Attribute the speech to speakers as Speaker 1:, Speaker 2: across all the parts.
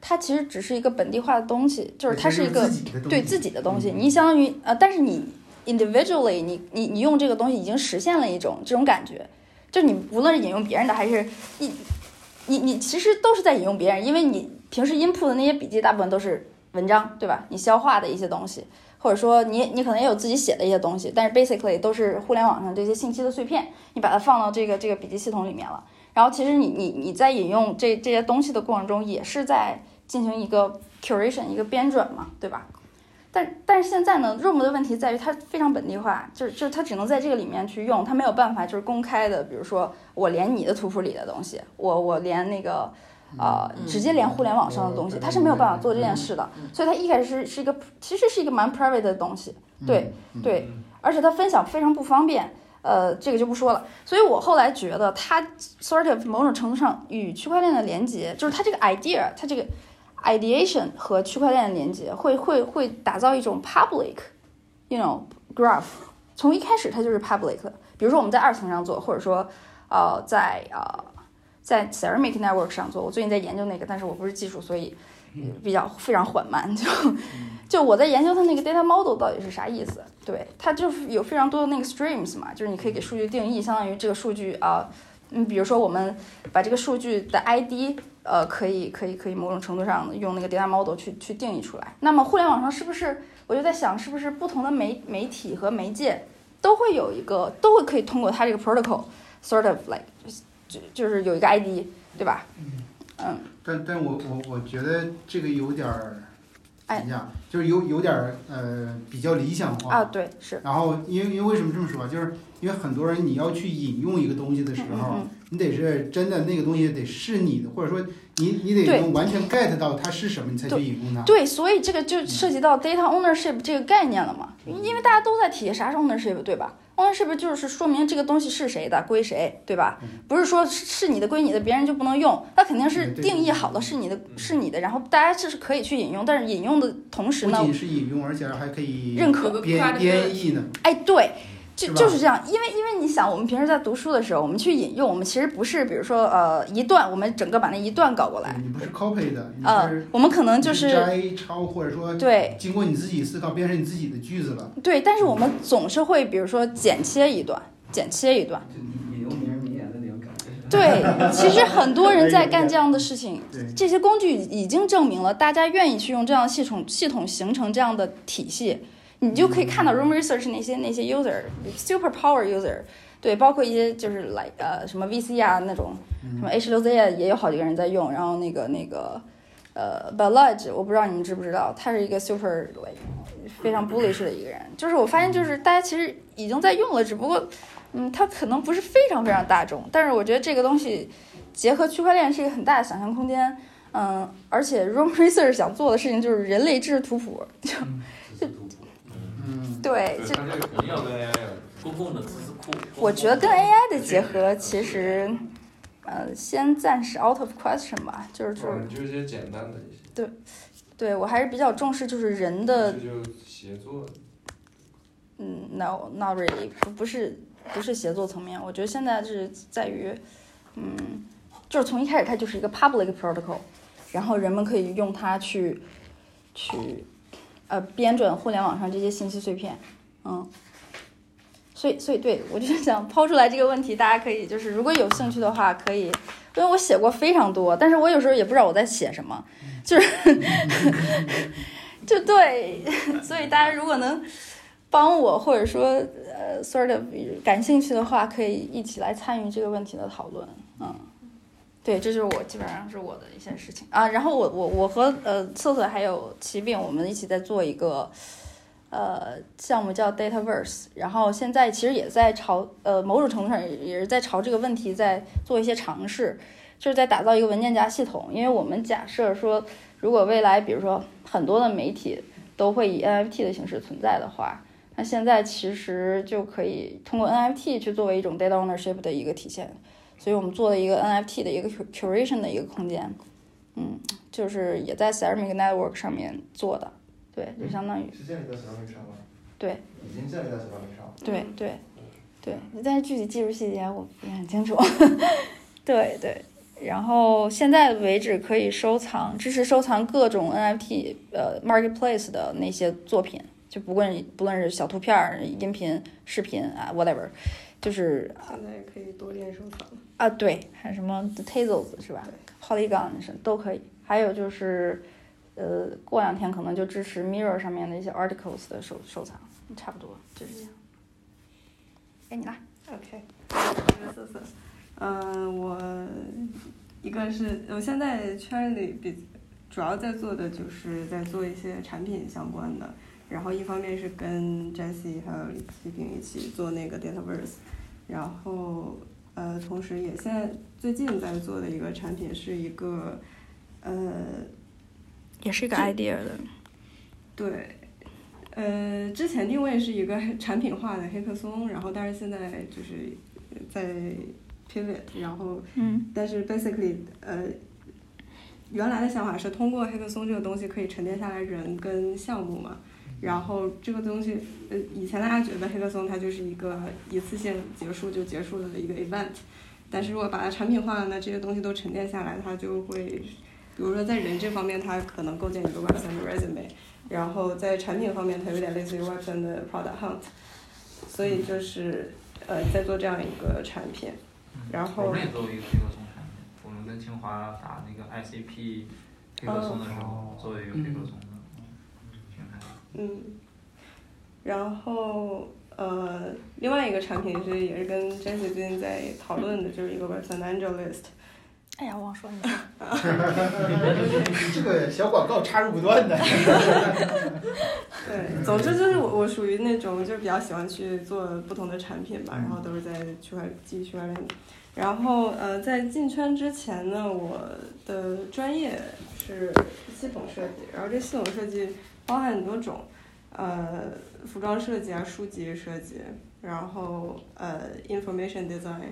Speaker 1: 它其实只是一个本地化的东西，就是它是一个
Speaker 2: 自己的东
Speaker 1: 对
Speaker 2: 西
Speaker 1: 自己的东西。
Speaker 2: 嗯
Speaker 1: 你相当于呃，但是你 individually，你你你用这个东西已经实现了一种这种感觉，就你无论是引用别人的还是你你你其实都是在引用别人，因为你平时 input 的那些笔记大部分都是文章，对吧？你消化的一些东西，或者说你你可能也有自己写的一些东西，但是 basically 都是互联网上这些信息的碎片，你把它放到这个这个笔记系统里面了。然后其实你你你在引用这这些东西的过程中，也是在进行一个 curation 一个编转嘛，对吧？但但是现在呢，Room 的问题在于它非常本地化，就是就是它只能在这个里面去用，它没有办法就是公开的，比如说我连你的图谱里的东西，我我连那个呃
Speaker 3: 嗯
Speaker 1: 直接连互联网上的东西，
Speaker 2: 嗯
Speaker 1: 它是没有办法做这件事的
Speaker 3: 嗯嗯，
Speaker 1: 所以它一开始是是一个其实是一个蛮 private 的东西，对
Speaker 2: 嗯
Speaker 1: 对，而且它分享非常不方便，呃，这个就不说了。所以我后来觉得它 sort of 某种程度上与区块链的连接，就是它这个 idea，它这个 ideation 和区块链的连接，会会会打造一种 public，you know graph。从一开始它就是 public 的，比如说我们在二层上做，或者说呃在呃在 Ceramic Network 上做。我最近在研究那个，但是我不是技术，所以呃比较非常缓慢，就 就我在研究它那个 data model 到底是啥意思。对，它就是有非常多的那个 streams 嘛，就是你可以给数据定义，相当于这个数据啊，嗯，比如说我们把这个数据的 ID，呃，可以可以可以某种程度上用那个 data model 去去定义出来。那么互联网上是不是？我就在想，是不是不同的媒媒体和媒介都会有一个，都会可以通过它这个 protocol sort of like 就就是有一个 ID，对吧？嗯，
Speaker 2: 但但我我我觉得这个有点儿，
Speaker 1: 哎
Speaker 2: 怎么讲，就是有有点儿呃比较理想化
Speaker 1: 啊，对，是，
Speaker 2: 然后，因为因为为什么这么说啊？就是因为很多人你要去引用一个东西的时
Speaker 1: 嗯嗯
Speaker 2: 候，
Speaker 1: 嗯，
Speaker 2: 你得是真的那个东西得是你的，或者说你你得
Speaker 1: 对
Speaker 2: 能完全 get 到它是什么，你才去引用它。
Speaker 1: 对，所以这个就涉及到 data ownership 这个概念了嘛，因为大家都在提啥是 ownership，对吧？ownership 就是说明这个东西是谁的，归谁，对吧
Speaker 2: 嗯？
Speaker 1: 不是说是是你的归你的，别人就不能用，那肯定是
Speaker 2: 嗯对
Speaker 1: 定义好了是你的，是你的，然后大家这是可以去引用，但是引用的同时
Speaker 2: 不
Speaker 1: 呢，
Speaker 2: 仅是引用，而且还可以
Speaker 1: 认
Speaker 3: 有
Speaker 1: 可
Speaker 3: 个
Speaker 2: 编
Speaker 3: product
Speaker 2: 编译呢。
Speaker 1: 哎，对，就是
Speaker 2: 吧
Speaker 1: 就是这样，因为因为你想，我们平时在读书的时候，我们去引用，我们其实不是，比如说呃一段，我们整个把那一段搞过来，
Speaker 2: 你不是 copy 的，嗯你
Speaker 1: 呃
Speaker 2: 是，
Speaker 1: 我们可能
Speaker 2: 你
Speaker 1: 就是是
Speaker 2: 摘抄，或者说
Speaker 1: 对
Speaker 3: 哎
Speaker 2: 经过你自己思考变成你自己的句子了。
Speaker 1: 对，但是我们总是会，比如说剪切一段，剪切一 段。
Speaker 4: 就引用名人名言的那种感觉。
Speaker 1: 对，其实很多人在干这样的事情。
Speaker 2: 对，
Speaker 1: 这些工具已经证明了，大家愿意去用这样的系统系统形成这样的体系，你就可以看到
Speaker 2: 嗯
Speaker 1: Room Research 那些那些 user super power user，对，包括一些就是来呃什么 VC 啊那种，
Speaker 2: 嗯
Speaker 1: 什么 H 六 Z 啊也有好几个人在用，然后那个那个呃 b a l a g e 我不知道你们知不知道，他是一个 super like 非常 bullish 的一个人，就是我发现就是大家其实已经在用了，只不过嗯它可能不是非常非常大众，但是我觉得这个东西结合区块链是一个很大的想象空间。嗯，而且 Room Research 想做的事情就是人类知识图谱，
Speaker 4: 这是图谱
Speaker 2: 嗯，
Speaker 1: 对，
Speaker 5: 对，
Speaker 1: 就
Speaker 5: 但这个肯定要跟 AI 有公共的知识库。
Speaker 1: 我觉得跟 AI 的结合其实，呃，先暂时 out of question 吧，就是就是
Speaker 6: 嗯，就是一些简单的一些，
Speaker 1: 对我还是比较重视就是人的，
Speaker 6: 这就协作，
Speaker 1: 嗯，no not really，不不是不是协作层面，我觉得现在是在于，嗯，就是从一开始它就是一个 public protocol，然后人们可以用它去去呃编撰互联网上这些信息碎片，嗯。所以，所以对我就是想抛出来这个问题，大家可以就是如果有兴趣的话，可以，因为我写过非常多，但是我有时候也不知道我在写什么，就是 就对， 所以大家如果能帮我或者说呃 sort of 感兴趣的话，可以一起来参与这个问题的讨论，嗯。对，这就是我基本上是我的一些事情啊。然后我我我和呃策策还有骑饼，我们一起在做一个呃项目叫 Dataverse，然后现在其实也在朝呃某种程度上也也是在朝这个问题在做一些尝试，就是在打造一个文件夹系统。因为我们假设说，如果未来比如说很多的媒体都会以 NFT 的形式存在的话。那现在其实就可以通过 NFT 去作为一种 data ownership 的一个体现，所以我们做了一个 NFT 的一个 cur- curation 的一个空间，嗯，就是也在 Ceramic Network 上面做的，对，就相当于
Speaker 7: 是建立在什么名上吗？
Speaker 1: 对，
Speaker 7: 已经建立在什么名上？
Speaker 1: 对 对对，但是具体技术细节我不是很清楚。对对，然后现在为止可以收藏，支持收藏各种 NFT 呃 marketplace 的那些作品，就不论不论是小图片儿、音频、视频啊 whatever，就是
Speaker 3: 现在也可以多练收藏。
Speaker 1: 啊，对，还有什么 The Tazos 是吧？Polygon 是都可以。还有就是，呃，过两天可能就支持 Mirror 上面的一些 articles 的收收藏，差不多就是这样。该你啦，
Speaker 3: OK，我是瑟瑟。嗯，我一个是我现在圈里比主要在做的就是在做一些产品相关的，然后一方面是跟 Jesse 还有李希平一起做那个 Dataverse，然后呃，同时也现在最近在做的一个产品是一个呃
Speaker 1: 也是一个
Speaker 3: 这
Speaker 1: idea 的，
Speaker 3: 对，呃，之前定位是一个产品化的黑客松，然后但是现在就是在 pivot，然后
Speaker 1: 嗯
Speaker 3: 但是 basically 呃，原来的想法是通过黑客松这个东西可以沉淀下来人跟项目嘛，
Speaker 8: 嗯
Speaker 3: 然后这个东西呃，以前大家觉得黑客松它就是一个一次性结束就结束的一个 event，但是如果把它产品化了呢，这些东西都沉淀下来，它就会。比如说在人这方面，它可能构建一个 Web 三的 resume，然后在产品方面，它有点类似于 Web 三的 product hunt，所以就是呃在做这样一个产品，然后
Speaker 8: 嗯我们也做过一个黑客松产品，我们跟清华打那个 ICP 黑客松的时候
Speaker 7: 哦，
Speaker 8: 做一个黑客松的平台。
Speaker 3: 嗯，然后呃，另外一个产品是也是跟 Jesse 最近在讨论的，就是一个 Web 三 Angel List。
Speaker 1: 哎呀，忘说你，
Speaker 2: 这个小广告插入不断的。
Speaker 3: 对，总之就是我我属于那种就是比较喜欢去做不同的产品吧，然后都是在区块基于区块链。然后呃，在进圈之前呢，我的专业是系统设计，然后这系统设计包含很多种，呃，服装设计啊、书籍设计，然后呃，information design，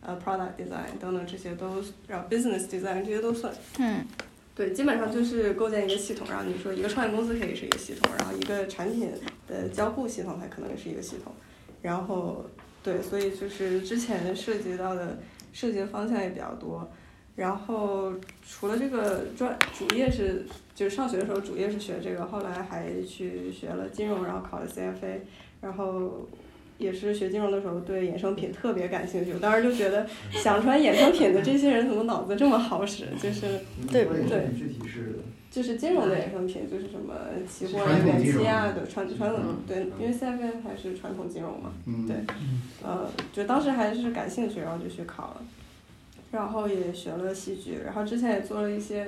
Speaker 3: 呃，product design 等等这些都，然后 business design 这些都算。
Speaker 1: 嗯
Speaker 3: 对，基本上就是构建一个系统，然后你说一个创业公司可以是一个系统，然后一个产品的交互系统它可能是一个系统，然后对，所以就是之前涉及到的涉及的方向也比较多。然后除了这个专主业是，就是上学的时候主业是学这个，后来还去学了金融，然后考了 CFA，然后也是学金融的时候对衍生品特别感兴趣。我当时就觉得想出来衍生品的这些人怎么脑子这么好使，就是。
Speaker 1: 对
Speaker 7: 所以
Speaker 3: 对
Speaker 7: 具体是
Speaker 3: 就是金融的衍生品，就是什么期货啊、
Speaker 2: 传统
Speaker 3: 短
Speaker 2: 金融
Speaker 3: 期啊的传传统
Speaker 2: 嗯
Speaker 3: 对，因为 CFA 还是传统金融嘛，
Speaker 2: 嗯，
Speaker 3: 对呃，就当时还是感兴趣，然后就去考了，然后也学了戏剧，然后之前也做了一些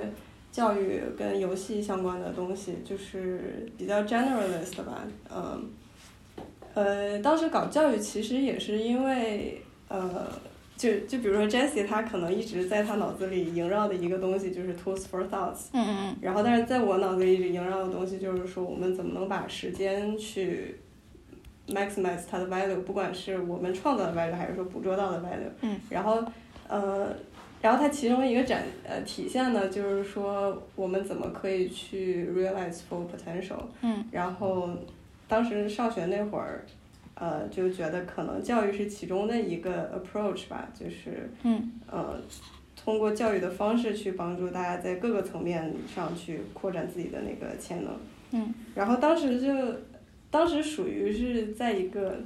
Speaker 3: 教育跟游戏相关的东西，就是比较 generalist 吧，嗯、呃，当时搞教育其实也是因为呃。就就比如说 Jessie，她可能一直在她脑子里萦绕的一个东西就是 tools for thoughts，
Speaker 1: 嗯嗯
Speaker 3: 然后，但是在我脑子里一直萦绕的东西就是说，我们怎么能把时间去 maximize 它的 value，不管是我们创造的 value，还是说捕捉到的 value。
Speaker 1: 嗯。
Speaker 3: 然后，呃，然后它其中一个展呃体现呢，就是说我们怎么可以去 realize full potential。
Speaker 1: 嗯。
Speaker 3: 然后，当时上学那会儿，呃，就觉得可能教育是其中的一个 approach 吧，就是
Speaker 1: 嗯
Speaker 3: 呃，通过教育的方式去帮助大家在各个层面上去扩展自己的那个潜能。
Speaker 1: 嗯，
Speaker 3: 然后当时就，当时属于是在一个。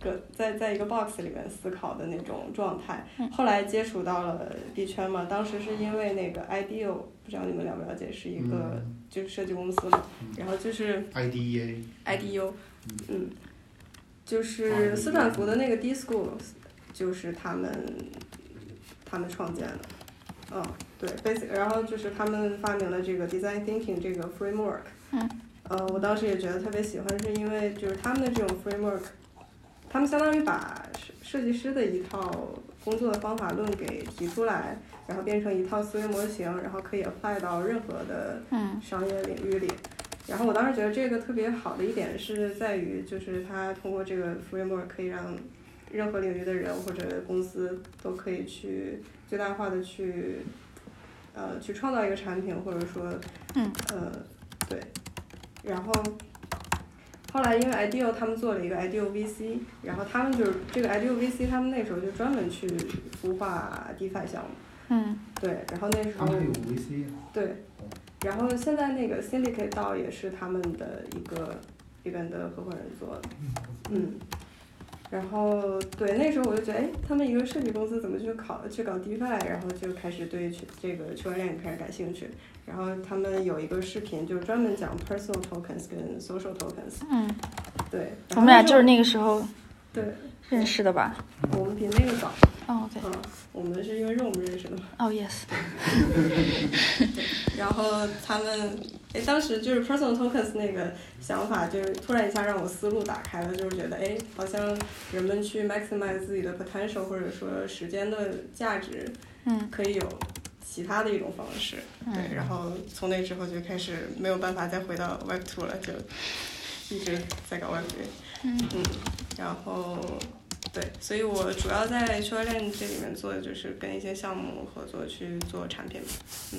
Speaker 3: 个在在一个 box 里面思考的那种状态，
Speaker 1: 嗯
Speaker 3: 后来接触到了币圈嘛，当时是因为那个 IDEO，不知道你们了不了解，是一个就是设计公司嘛，
Speaker 2: 嗯
Speaker 3: 然后就是
Speaker 2: ，IDEA，
Speaker 3: IDU，嗯，就是斯坦福的那个 D School，就是他们他们创建的，嗯，对，basic，然后就是他们发明了这个 design thinking 这个 framework，
Speaker 1: 嗯，
Speaker 3: 呃，我当时也觉得特别喜欢，是因为就是他们的这种 framework，他们相当于把设设计师的一套工作的方法论给提出来，然后变成一套思维模型，然后可以 apply 到任何的
Speaker 1: 嗯
Speaker 3: 商业领域里。然后我当时觉得这个特别好的一点是在于，就是它通过这个 framework 可以让任何领域的人或者公司都可以去最大化的去，呃，去创造一个产品，或者说，
Speaker 1: 嗯，
Speaker 3: 呃，对。然后后来因为 IDEO 他们做了一个 IDEO VC，然后他们就是这个 IDEO VC，他们那时候就专门去孵化 DeFi 项目。
Speaker 1: 嗯
Speaker 3: 对，然后那时
Speaker 2: 他
Speaker 3: 候
Speaker 2: 们还有 VC 啊
Speaker 3: 对，然后现在那个 Syndicate 道也是他们的一个 event 的合伙人做的，嗯，然后对那时候我就觉得，哎，他们一个设计公司怎么去考去搞 DeFi，然后就开始对区这个区块链开始感兴趣，然后他们有一个视频就专门讲 personal tokens 跟 social tokens，
Speaker 1: 嗯，
Speaker 3: 对，
Speaker 1: 我们俩
Speaker 3: 然后
Speaker 1: 就是那个时候
Speaker 3: 对，
Speaker 1: 认识的吧？
Speaker 3: 我们比那个早，
Speaker 1: 哦对，
Speaker 3: 嗯，我们是因为 Room 认识的嘛。
Speaker 1: 哦 yes，
Speaker 3: 然后他们，哎，当时就是 personal tokens 那个想法，就是突然一下让我思路打开了，就是觉得，哎，好像人们去 maximize 自己的 potential，或者说时间的价值，
Speaker 1: 嗯
Speaker 3: 可以有其他的一种方式。对，
Speaker 1: 嗯，
Speaker 3: 然后从那之后就开始没有办法再回到 Web Two 了，就一直在搞 Web Three。
Speaker 1: 嗯
Speaker 3: 然后对，所以我主要在区块链这里面做的就是跟一些项目合作去做产品嘛。嗯，